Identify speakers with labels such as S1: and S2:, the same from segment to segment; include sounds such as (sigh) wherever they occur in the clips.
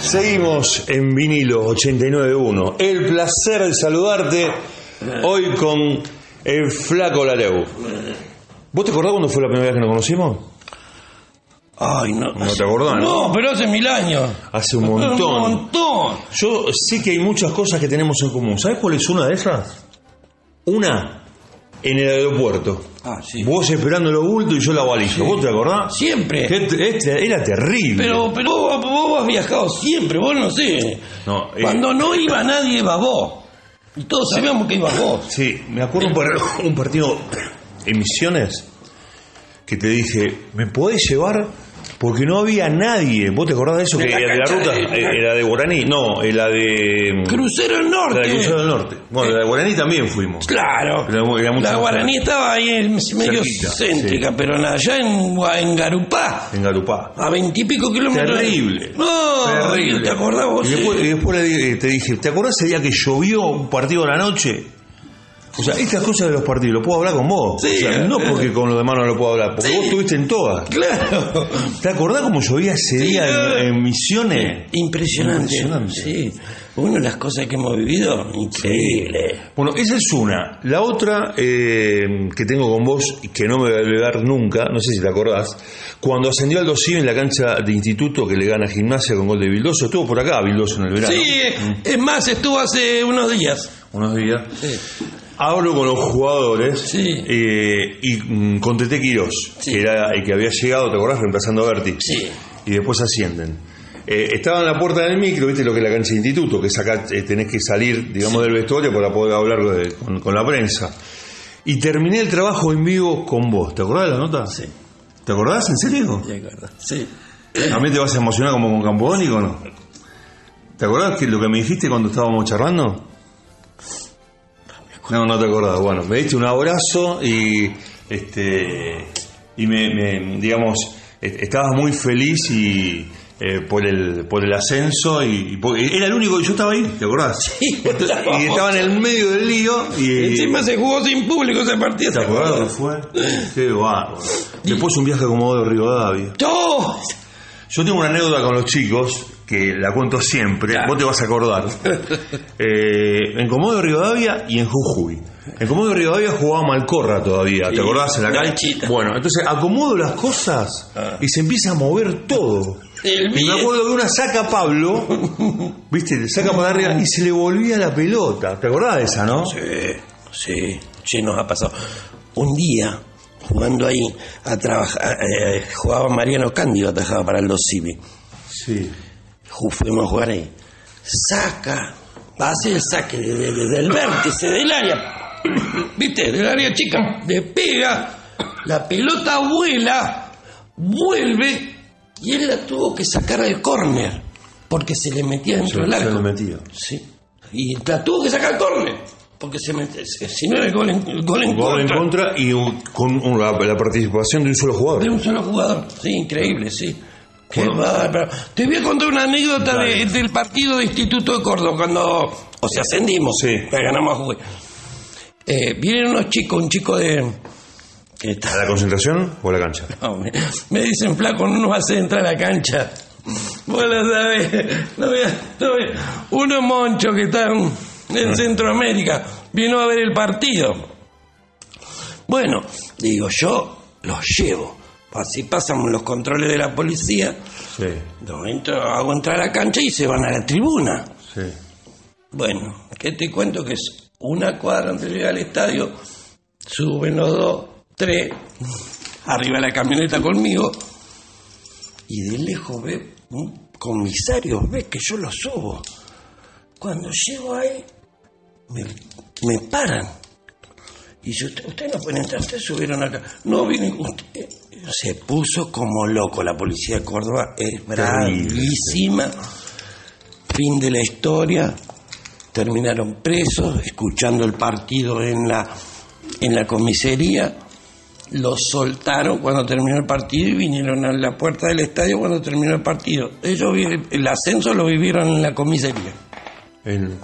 S1: Seguimos en vinilo 89.1. El placer de saludarte hoy con el flaco Lareu. ¿Vos te acordás cuando fue la primera vez que nos conocimos?
S2: Ay, no.
S1: No te acordás, ¿no?
S2: No, pero hace mil años.
S1: Hace un montón.
S2: Un montón.
S1: Yo sé que hay muchas cosas que tenemos en común. ¿Sabes cuál es una de esas? Una en el aeropuerto.
S2: Ah, sí.
S1: Vos esperando los bultos y yo la valija. ¿Vos te acordás?
S2: Siempre.
S1: Que te- este era terrible.
S2: Pero, pero vos, vos has viajado siempre, vos no sé.
S1: No, eh,
S2: Cuando no iba nadie, iba vos. Y todos sabíamos que ibas vos.
S1: Sí, me acuerdo un, par- (laughs) un partido en Misiones que te dije, ¿me podés llevar? Porque no había nadie. ¿Vos te acordás de eso?
S2: De
S1: que
S2: la
S1: era de la
S2: cancha
S1: ruta,
S2: de-
S1: eh, era de Guaraní. No, era de.
S2: Crucero
S1: la
S2: del
S1: de
S2: Norte.
S1: Crucero del Norte. Bueno, la de Guaraní también fuimos.
S2: Claro.
S1: Era mu- era mucho
S2: la
S1: más
S2: guaraní estaba ahí en- medio
S1: Cerquita,
S2: céntrica, pero nada, allá en, Gua- en Garupá,
S1: En Galupá.
S2: a veintipico kilómetros.
S1: Terrible.
S2: No,
S1: Terrible.
S2: ¿te acordás vos?
S1: Y después, y después le di- eh, te dije, ¿te acordás ese día que llovió un partido a la noche? O sea, estas cosas de los partidos, lo puedo hablar con vos.
S2: Sí. eh,
S1: O sea, no porque con los demás no lo puedo hablar, porque
S2: Sí.
S1: vos estuviste en todas.
S2: Claro.
S1: ¿Te acordás cómo llovía ese
S2: Sí,
S1: día
S2: claro.
S1: en, en Misiones?
S2: Impresionante.
S1: Impresionante.
S2: Sí. Una de las cosas que hemos vivido, increíble.
S1: Bueno, esa es una. La otra eh, que tengo con vos y que no me voy a olvidar nunca, no sé si te acordás, cuando ascendió Aldo Civi en la cancha de instituto que le gana a gimnasia con gol de Vildoso, estuvo por acá Vildoso en el verano.
S2: Sí, es más, estuvo hace unos días.
S1: Unos días. Hablo con los jugadores
S2: Sí.
S1: eh, y mm, con Tete Quirós,
S2: Sí.
S1: que era el que había llegado, ¿te acordás? Reemplazando a Berti.
S2: Sí.
S1: Y después ascienden. Eh, estaba en la puerta del micro, viste lo que es la cancha de instituto, que es acá eh, tenés que salir, digamos, del vestuario para poder hablar de- con, con la prensa. Y terminé el trabajo en vivo con vos, ¿te acordás de la nota?
S2: Sí.
S1: ¿Te acordás? ¿En serio?
S2: Sí.
S1: También te vas a emocionar como con Campodónico, ¿no? ¿Te acordás que lo que me dijiste cuando estábamos charlando? No, no te acordás. Bueno, me diste un abrazo y este y me, me- digamos est- estabas muy feliz y eh, por el por el ascenso y, y por- era el único que yo estaba ahí, ¿te acordás?
S2: (laughs) Sí,
S1: Ento- y estaba en el medio del lío y
S2: Encima se jugó sin público ese partido.
S1: ¿te acordás lo que fue? Qué bárbaro. Después un viaje como de Rivadavia.
S2: ¡No!
S1: Yo tengo una anécdota con los chicos que la cuento siempre, vos te vas a
S2: (laughs)
S1: acordar. Eh, en Comodo Rivadavia y en Jujuy. En Comodo Rivadavia jugaba Malcorra todavía, ¿te
S2: Sí,
S1: acordás? En la
S2: la
S1: cancha.
S2: canchita.
S1: Bueno, entonces acomodo las cosas
S2: Ah.
S1: y se empieza a mover todo.
S2: El
S1: Y me
S2: billete.
S1: acuerdo que una saca a Pablo, viste, le saca para arriba y se le volvía la pelota. ¿Te acordás de esa, no?
S2: Sí, sí, sí, nos ha pasado. Un día, jugando ahí, a trabajar, eh, jugaba Mariano Cándido, atajaba para el Los Civi.
S1: Sí.
S2: Ju- Fuimos a jugar ahí. Saca, va a hacer el saque de- de- de- del vértice del área, (clears throat) ¿viste? Del área chica, le pega, la pelota vuela, vuelve y él la tuvo que sacar al córner porque se le metía
S1: Se,
S2: dentro del
S1: se
S2: arco.
S1: lo metía.
S2: Sí. Y la tuvo que sacar córner. Porque se mete- se- si no era el gol en, el gol en
S1: Gol en
S2: contra
S1: contra y un- con un- la, la participación de un solo jugador.
S2: de un solo jugador. Sí, increíble, sí. Qué
S1: Bueno.
S2: bárbaro. Te voy a contar una anécdota de-
S1: Dale.
S2: del partido de Instituto de Córdoba, cuando o sea, ascendimos,
S1: Sí.
S2: la ganamos a Jujuy. Eh, vienen unos chicos, un chico de... que
S1: ¿A
S2: está-
S1: la concentración o a la cancha?
S2: no, me, me dicen, flaco, no nos hace entrar a la cancha. Vos lo sabés. No voy a- no voy a- Uno moncho que está en, en Centroamérica vino a ver el partido. Bueno, digo, yo los llevo. Así pasan los controles de la policía.
S1: Sí,
S2: Los entro, hago entrar a la cancha y se van a la tribuna.
S1: sí.
S2: Bueno, ¿qué te cuento? Que es una cuadra antes de llegar al estadio, suben los dos, tres, arriba la camioneta conmigo, y de lejos ve un comisario, ve que yo lo subo. Cuando llego ahí, me, me paran. Y dice, usted, usted no puede entrar, ustedes subieron acá. No vi ningún... eh, Se puso como loco la policía de Córdoba, es bravísima. Fin de la historia. Terminaron presos, escuchando el partido en la, en la comisaría. Los soltaron cuando terminó el partido y vinieron a la puerta del estadio cuando terminó el partido. Ellos vi- el ascenso lo vivieron en la comisaría.
S1: ¿En,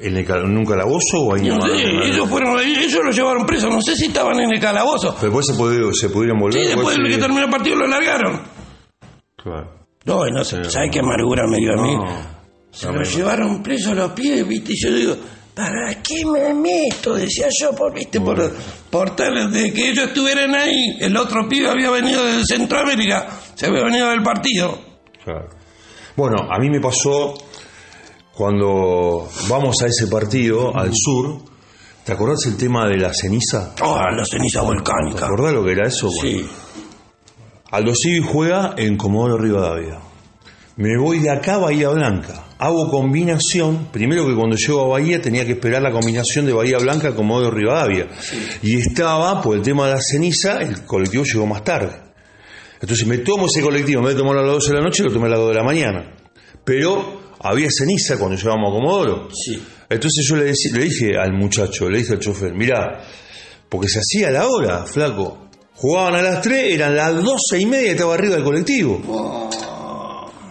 S1: en el cal- en un calabozo o ahí
S2: No
S1: nomás?
S2: sé, ellos fueron, ellos lo llevaron preso, no sé si estaban en el calabozo.
S1: Pero después se, pudi- se pudieron volver.
S2: Sí, después de que
S1: se-
S2: terminó el partido lo largaron.
S1: Claro. Ah,
S2: No, y no sé, ¿sabes qué amargura me dio a mí?
S1: No,
S2: Se
S1: no
S2: lo
S1: me-
S2: llevaron preso los pies, viste, y yo digo, ¿para qué me meto? Decía yo, por, viste, por, por tal de que ellos estuvieran ahí. El otro pibe había venido de Centroamérica, se había venido del partido.
S1: Claro. Bueno, a mí me pasó cuando vamos a ese partido al sur. ¿Te acordás el tema de la ceniza?
S2: Oh, la ceniza
S1: ¿Te
S2: volcánica.
S1: acordás lo que era eso?
S2: Sí.
S1: Aldo Civi juega en Comodoro Rivadavia. Me voy de acá a Bahía Blanca. Hago combinación. Primero que cuando llego a Bahía tenía que esperar la combinación de Bahía Blanca a Comodoro Rivadavia. Y estaba, por el tema de la ceniza, el colectivo llegó más tarde. Entonces me tomo ese colectivo, en vez de tomarlo a las 12 de la noche, lo tomé a las 2 de la mañana. Pero había ceniza cuando llegamos a Comodoro.
S2: Sí.
S1: Entonces yo le, decí- le dije al muchacho, le dije al chofer, mirá, porque se hacía la hora, flaco. Jugaban a las 3, eran las 12 y media y estaba arriba del colectivo.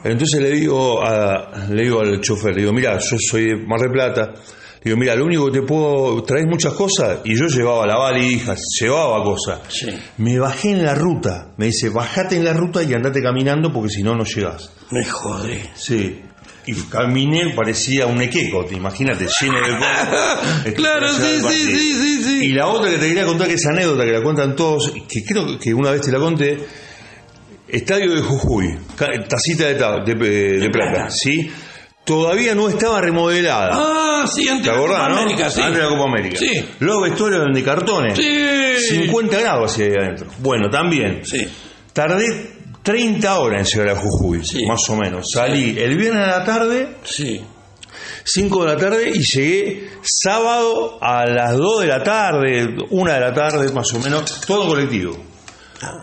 S1: Entonces le digo, a- le digo al chofer, le digo, mirá, yo soy de Mar del Plata. Le digo, mirá, lo único que te puedo, traes muchas cosas. Y yo llevaba la valija, llevaba cosas.
S2: Sí.
S1: Me bajé en la ruta. Me dice, bajate en la ruta y andate caminando porque si no, no llegás.
S2: Me jodé.
S1: Sí. Y caminé, parecía un equeco, te imagínate, lleno de cosas. Este,
S2: (laughs) Claro,
S1: para llegar
S2: sí,
S1: al
S2: sí,
S1: partido.
S2: sí, sí, sí.
S1: Y la otra que te quería contar, que es anécdota, que la cuentan todos, que creo que una vez te la conté, Estadio de Jujuy, ca- tacita de, ta- de- eh, de plata,
S2: plata.
S1: ¿sí? Todavía no estaba remodelada.
S2: Ah, sí, antes
S1: ¿Te
S2: de la
S1: acordás,
S2: Copa
S1: no?
S2: América, sí.
S1: Antes de la Copa América.
S2: Sí.
S1: Los vestuarios eran de cartones.
S2: Sí.
S1: 50 grados hacia ahí adentro. Bueno, también.
S2: Sí.
S1: Tardé 30 horas en llegar a Jujuy,
S2: Sí.
S1: más o menos. Salí el viernes a la tarde,
S2: Sí.
S1: 5 de la tarde, y llegué sábado a las 2 de la tarde, 1 de la tarde, más o menos, todo colectivo.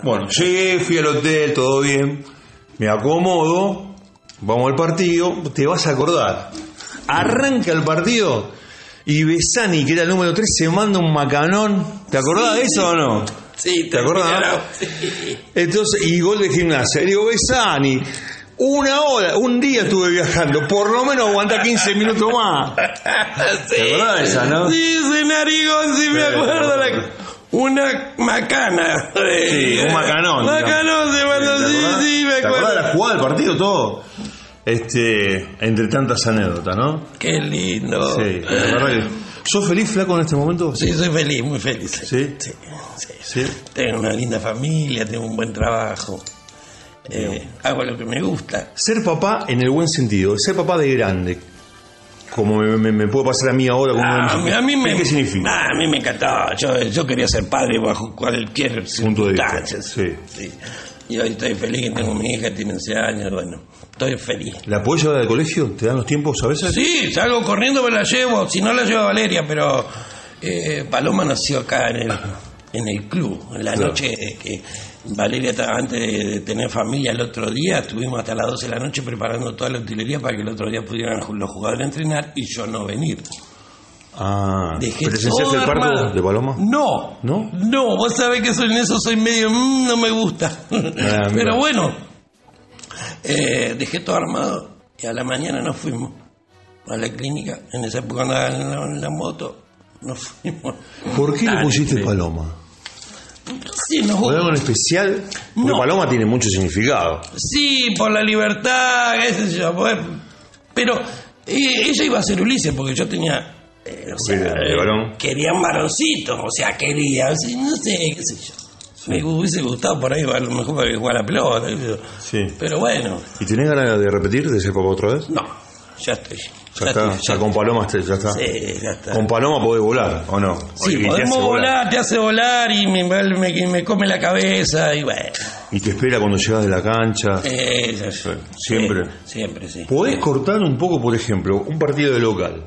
S1: Bueno, llegué, fui al hotel, todo bien, me acomodo, vamos al partido, te vas a acordar. Arranca el partido y Besani, que era el número 3, se manda un macanón. ¿Te acordás de eso o no?
S2: Sí,
S1: (laughs) ¿Te acordás?
S2: claro, sí.
S1: Entonces, y gol de gimnasia. Le digo, Besani, una hora, un día estuve viajando, por lo menos aguanta 15 minutos (laughs) más. ¿Te acordás de esa, no?
S2: Sí, ese narigón, sí me
S1: Sí,
S2: acuerdo.
S1: sí.
S2: la- una macana.
S1: Sí, un macanón,
S2: Macanón se mandó, sí,
S1: acordás?
S2: sí, me
S1: ¿Te acordás de la
S2: acuerdo.
S1: jugada del partido todo? Este, entre tantas anécdotas, ¿no?
S2: Qué lindo.
S1: Sí, la verdad que. ¿Sos feliz, flaco, en este momento?
S2: Oh. Sí, soy feliz, muy feliz.
S1: Sí.
S2: Sí, sí.
S1: Sí.
S2: Tengo una linda familia, tengo un buen trabajo. Eh, hago lo que me gusta.
S1: Ser papá en el buen sentido, ser papá de grande. Como me, me- me puede pasar a mí ahora con uno de mis
S2: Ah,
S1: hijos.
S2: a mí me,
S1: ¿Qué significa?
S2: Ah, a mí me encantaba. Yo, yo quería ser padre bajo cualquier
S1: Punto de vista,
S2: circunstancia.
S1: sí.
S2: Sí. Y hoy estoy feliz que tengo mi hija, tiene 11 años. Bueno, estoy feliz.
S1: ¿La podés llevar al colegio? ¿Te dan los tiempos a veces?
S2: Sí, salgo corriendo, me la llevo. Si no, la llevo a Valeria, pero eh, Paloma nació acá en el, en el club. En la noche que Valeria, estaba- antes de, de tener familia el otro día, estuvimos hasta las 12 de la noche preparando toda la utilería para que el otro día pudieran ju- los jugadores entrenar y yo no venir.
S1: Ah,
S2: Dejé
S1: ¿presenciaste
S2: todo
S1: el parto
S2: armado.
S1: de Paloma?
S2: Oh, No.
S1: ¿No?
S2: No, vos sabés que soy en eso soy medio, mm, no me gusta.
S1: Ah, mira.
S2: Pero bueno, eh, dejé todo armado y a la mañana nos fuimos a la clínica. En esa época andaba en la, en la moto, nos fuimos.
S1: ¿Por qué le
S2: Dale,
S1: pusiste
S2: sí.
S1: Paloma?
S2: Sí, nos
S1: ¿Por algo en especial? Porque
S2: No.
S1: Paloma tiene mucho significado.
S2: Sí, por la libertad, qué sé yo, pues. Pero eh, ella iba a ser Ulises porque yo tenía. eh, o sea,
S1: Era de
S2: eh,
S1: varón.
S2: quería un varoncito, o sea, quería, o sea, no sé, qué sé yo. Me hubiese gustado por ahí, a lo mejor para jugar a la pelota, qué sé yo.
S1: Sí.
S2: Pero bueno,
S1: ¿Y tenés ganas de repetir, de ser papá otra vez?
S2: no, ya estoy.
S1: Ya, está,
S2: estoy,
S1: ya con Paloma este- ya está.
S2: Sí, ya está.
S1: Con Paloma podés volar, ¿o no?
S2: Sí,
S1: Y te
S2: podemos
S1: hace
S2: volar, te hace volar y me, me- me come la cabeza y bueno.
S1: Y te espera cuando llegas de la cancha.
S2: eh, ya-
S1: siempre.
S2: sí, siempre, sí.
S1: Podés cortar un poco, por ejemplo, un partido de local.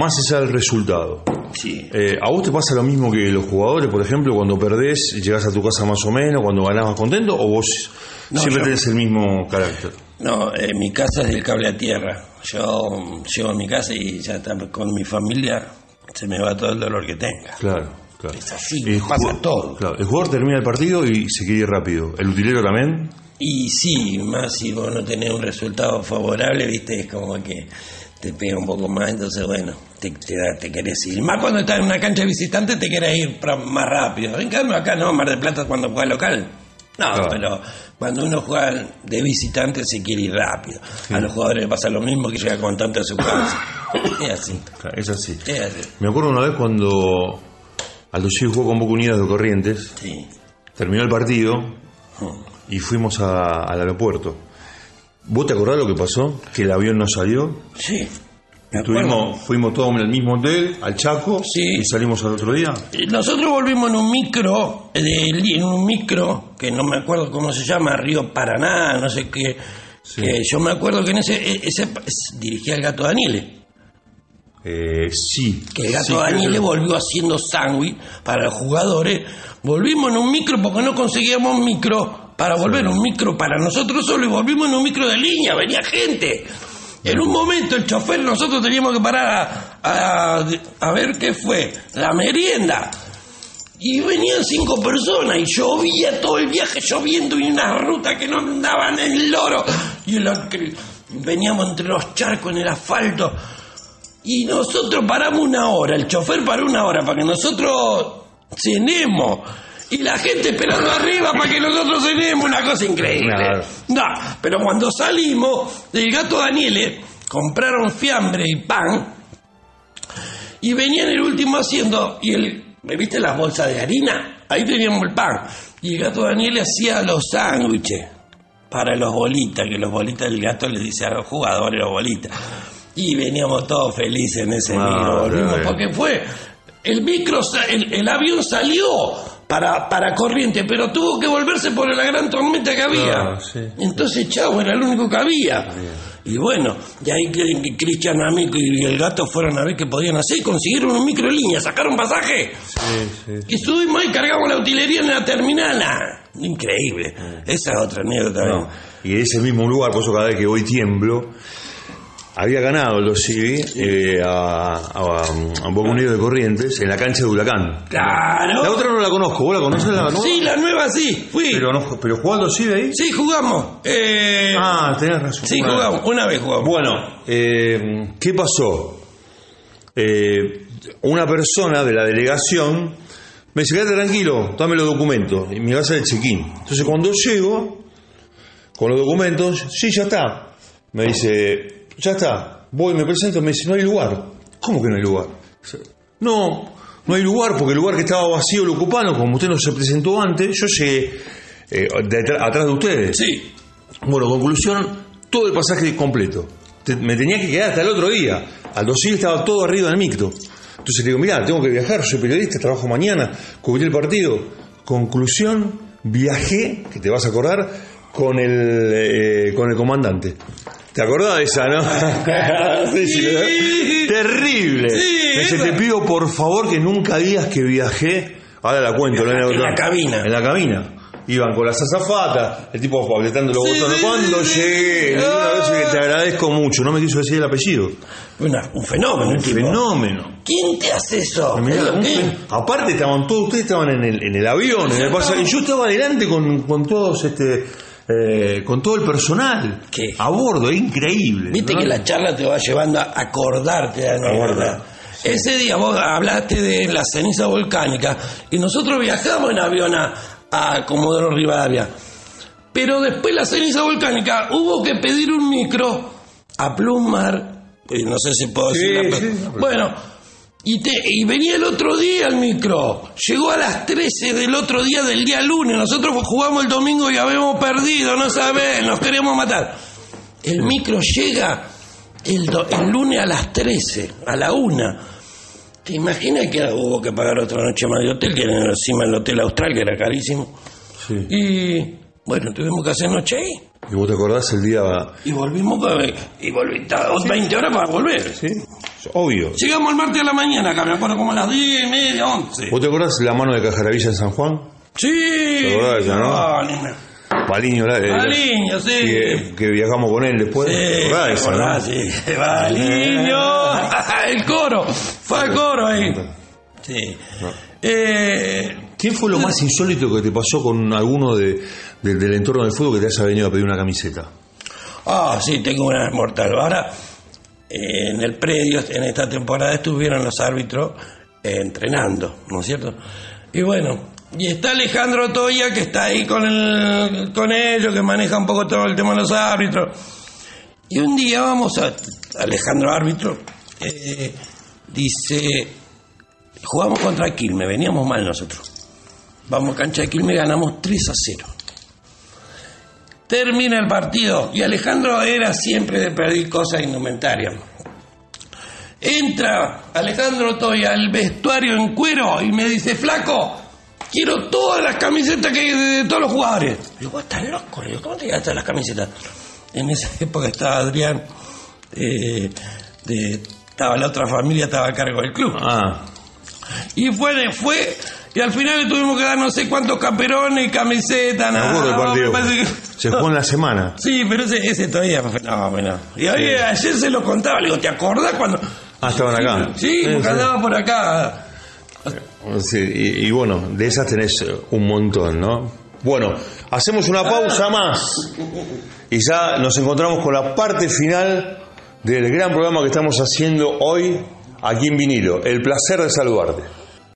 S1: Más allá del resultado.
S2: Sí.
S1: Eh, ¿A vos te pasa lo mismo que los jugadores, por ejemplo, cuando perdés, llegas a tu casa más o menos, cuando ganás más contento, o vos
S2: No,
S1: siempre
S2: yo-
S1: tenés el mismo carácter?
S2: No, eh, mi casa es del cable a tierra. Yo mm, llego a mi casa y ya está, con mi familia se me va todo el dolor que tenga.
S1: Claro, claro.
S2: Es así,
S1: El
S2: pasa
S1: jugador-
S2: todo.
S1: claro, el jugador termina el partido y se quiere ir rápido. ¿El utilero también?
S2: Y sí, más si vos no tenés un resultado favorable, viste, es como que te pega un poco más, entonces bueno, te, te, da- te querés ir. Más cuando estás en una cancha visitante te querés ir pra- más rápido. En cambio acá no, Mar del Plata cuando juega local. No,
S1: No.
S2: pero cuando uno juega de visitante se quiere ir rápido. A los jugadores les pasa lo mismo que llega con tanto a su casa. es así,
S1: Claro, Es así.
S2: es así.
S1: Me acuerdo una vez cuando Aldo Gil jugó con Boca Unidas de Corrientes,
S2: Sí.
S1: terminó el partido
S2: Mm.
S1: y fuimos a- al aeropuerto. ¿Vos te acordás lo que pasó? Que el avión no salió.
S2: Sí. me acuerdo.
S1: Estuvimos, fuimos todos en el mismo hotel, al Chaco,
S2: Sí.
S1: y salimos al otro día.
S2: Eh, Nosotros volvimos en un micro, eh, de li- en un micro, que no me acuerdo cómo se llama, Río Paraná, no sé qué. que yo me acuerdo que en ese, e- ese pa- s- dirigía el gato Daniele.
S1: Eh, sí.
S2: Que el gato
S1: Sí,
S2: Daniele
S1: creo
S2: volvió haciendo sándwich para los jugadores. Volvimos en un micro porque no conseguíamos micro para volver, un micro para nosotros solo y volvimos en un micro de línea, venía gente. En un momento el chofer, nosotros teníamos que parar a, a- a ver qué fue, la merienda. Y venían cinco personas y llovía todo el viaje lloviendo y una ruta que no andaban en el loro. Y el ac- veníamos entre los charcos en el asfalto. Y nosotros paramos una hora, el chofer paró una hora para que nosotros cenemos. Y la gente esperando arriba para que nosotros cenemos, una cosa increíble.
S1: Claro.
S2: No, pero cuando salimos, el gato Daniele compraron fiambre y pan y venía en el último asiento y el, ¿me viste las bolsas de harina? Ahí teníamos el pan. Y el gato Daniel hacía los sándwiches para los bolitas, que los bolitas el gato le dice a los jugadores los bolitas. Y veníamos todos felices en ese
S1: Madre
S2: micro, volvimos,
S1: mía.
S2: porque Eh, fue, el micro, sa- el, el avión salió para, para Corriente, pero tuvo que volverse por la gran tormenta que había.
S1: Claro, sí.
S2: Entonces Chavo era el único que había. Y bueno, de ahí que que Cristian Amico y el gato fueron a ver qué podían hacer y consiguieron un micro en línea, sacaron pasaje.
S1: que- sí, sí.
S2: Y subimos y cargamos la utilería en la terminal. Ah, Increíble. Esa es otra anécdota. ¿eh?
S1: No.
S2: ¿no?
S1: Y de ese mismo lugar, por eso cada vez que hoy tiemblo, había ganado los Civi eh, a, a, a Boca Unidos de Corrientes en la cancha de Huracán.
S2: Claro.
S1: La otra no la conozco, ¿vos la conocés la nueva?
S2: Sí, la nueva sí, fui.
S1: Pero, no, pero jugando Civi ahí.
S2: Sí, jugamos. Eh,
S1: Ah, tenés razón.
S2: sí,
S1: Bueno.
S2: jugamos. Una vez jugamos.
S1: Bueno, eh, ¿qué pasó? Eh, una persona de la delegación me dice, quédate tranquilo, dame los documentos y me vas a hacer el check-in. Entonces cuando llego, con los documentos, sí, ya está. Me dice, ya está. Voy, me presento, me dice, no hay lugar. ¿Cómo que no hay lugar? No, no hay lugar porque el lugar que estaba vacío lo ocuparon, como usted no se presentó antes, yo llegué eh, detrás- atrás de ustedes.
S2: Sí.
S1: Bueno, conclusión, todo el pasaje completo. Te- me tenía que quedar hasta el otro día. Al dosil estaba todo arriba del micro. Entonces le digo, mirá, tengo que viajar, soy periodista, trabajo mañana, cubrí el partido. Conclusión, viajé, que te vas a acordar, con el, eh, con el comandante. ¿Te acordás de esa, no? Ah, Sí, ¿eh? sí, ¿verdad?
S2: Sí.
S1: Terrible.
S2: Sí,
S1: Me dice,
S2: esa.
S1: te pido por favor que nunca digas que viajé. Ahora la cuento, no
S2: En la cabina.
S1: En la cabina. Iban con las azafatas, el tipo apretando los
S2: Sí,
S1: botones.
S2: sí,
S1: Cuando
S2: sí, sí.
S1: llegué, le digo una vez que te agradezco mucho, no me quiso decir el apellido.
S2: Una- un fenómeno, el tipo.
S1: Fenómeno.
S2: ¿Quién te hace eso?
S1: Ah, Mirá,
S2: ¿Qué?
S1: un fen- Aparte estaban todos, ustedes estaban en el, en el avión, en el pasaje, y yo estaba adelante con, con todos este eh, con todo el personal
S2: ¿Qué?
S1: a bordo, increíble.
S2: Viste
S1: ¿no?
S2: que la charla te va llevando a acordarte de la anécdota.
S1: Acordar,
S2: Ese día vos hablaste de la ceniza volcánica y nosotros viajamos en avión a, a Comodoro Rivadavia. Pero después la ceniza volcánica hubo que pedir un micro a Plumar. eh, no sé si puedo
S1: Sí,
S2: decir. la-
S1: sí, no, pero-
S2: bueno, y, te- y venía el otro día el micro. Llegó a las 13 del otro día del día lunes. Nosotros jugamos el domingo y habíamos perdido, no sabés, nos queríamos matar. El micro llega el, do- el lunes a las 13, a la 1. ¿Te imaginas que hubo que pagar otra noche más de hotel, que era encima el hotel austral, que era carísimo?
S1: Sí.
S2: Y bueno, tuvimos que hacer noche ahí.
S1: Y vos te acordás el día.
S2: Y volvimos, para- y volvimos 20 horas para volver.
S1: Sí, obvio.
S2: Llegamos el martes a la mañana, acá me acuerdo como a las 10 y media, 11.
S1: ¿Vos te acordás la mano de Cajaravilla en San Juan?
S2: Sí.
S1: ¿Te acordás de esa, no?
S2: Ah, ni me-
S1: Paliño, la, eh,
S2: Paliño, sí.
S1: Que, que viajamos con él después. ¿Te acordás de
S2: Sí,
S1: esa, no?
S2: acordás, sí. Valiño. (laughs) El coro. Fue al coro ahí. Sí. Eh,
S1: ¿Qué fue lo más insólito que te pasó con alguno de, de- del entorno del fútbol que te haya venido a pedir una camiseta?
S2: Ah, sí, tengo una mortal. Ahora, eh, en el predio, en esta temporada, estuvieron los árbitros eh, entrenando, ¿no es cierto? Y bueno, Y está Alejandro Toya que está ahí con, el, con ellos, que maneja un poco todo el tema de los árbitros. Y un día vamos a. Alejandro Árbitro eh, dice: Jugamos contra Quilmes, veníamos mal nosotros. Vamos a cancha de Quilmes, ganamos 3 a 0. Termina el partido y Alejandro era siempre de pedir cosas indumentarias. Entra Alejandro Toya al vestuario en cuero y me dice, flaco, quiero todas las camisetas que de todos los jugadores. Le digo, estás loco, Le digo, ¿cómo te gastas las camisetas? En esa (laughs) época estaba Adrián, eh, de- estaba la otra familia, estaba a cargo del club.
S1: Ah,
S2: Y fue, fue, y al final le tuvimos que dar no sé cuántos camperones, camisetas,
S1: me
S2: nada.
S1: acuerdo del partido.
S2: Ah, me parece que- (laughs)
S1: Se jugó en la semana.
S2: Sí, pero ese, ese todavía fue fenómeno. Y hoy, ayer se lo contaba, le digo, ¿te acordás cuando...?
S1: Ah, estaban acá.
S2: Sí, porque
S1: sí.
S2: andaba por acá.
S1: Sí, y, y bueno, de esas tenés eh, un montón, ¿no? Bueno, hacemos una pausa más y ya nos encontramos con la parte final del gran programa que estamos haciendo hoy aquí en vinilo. El placer de saludarte.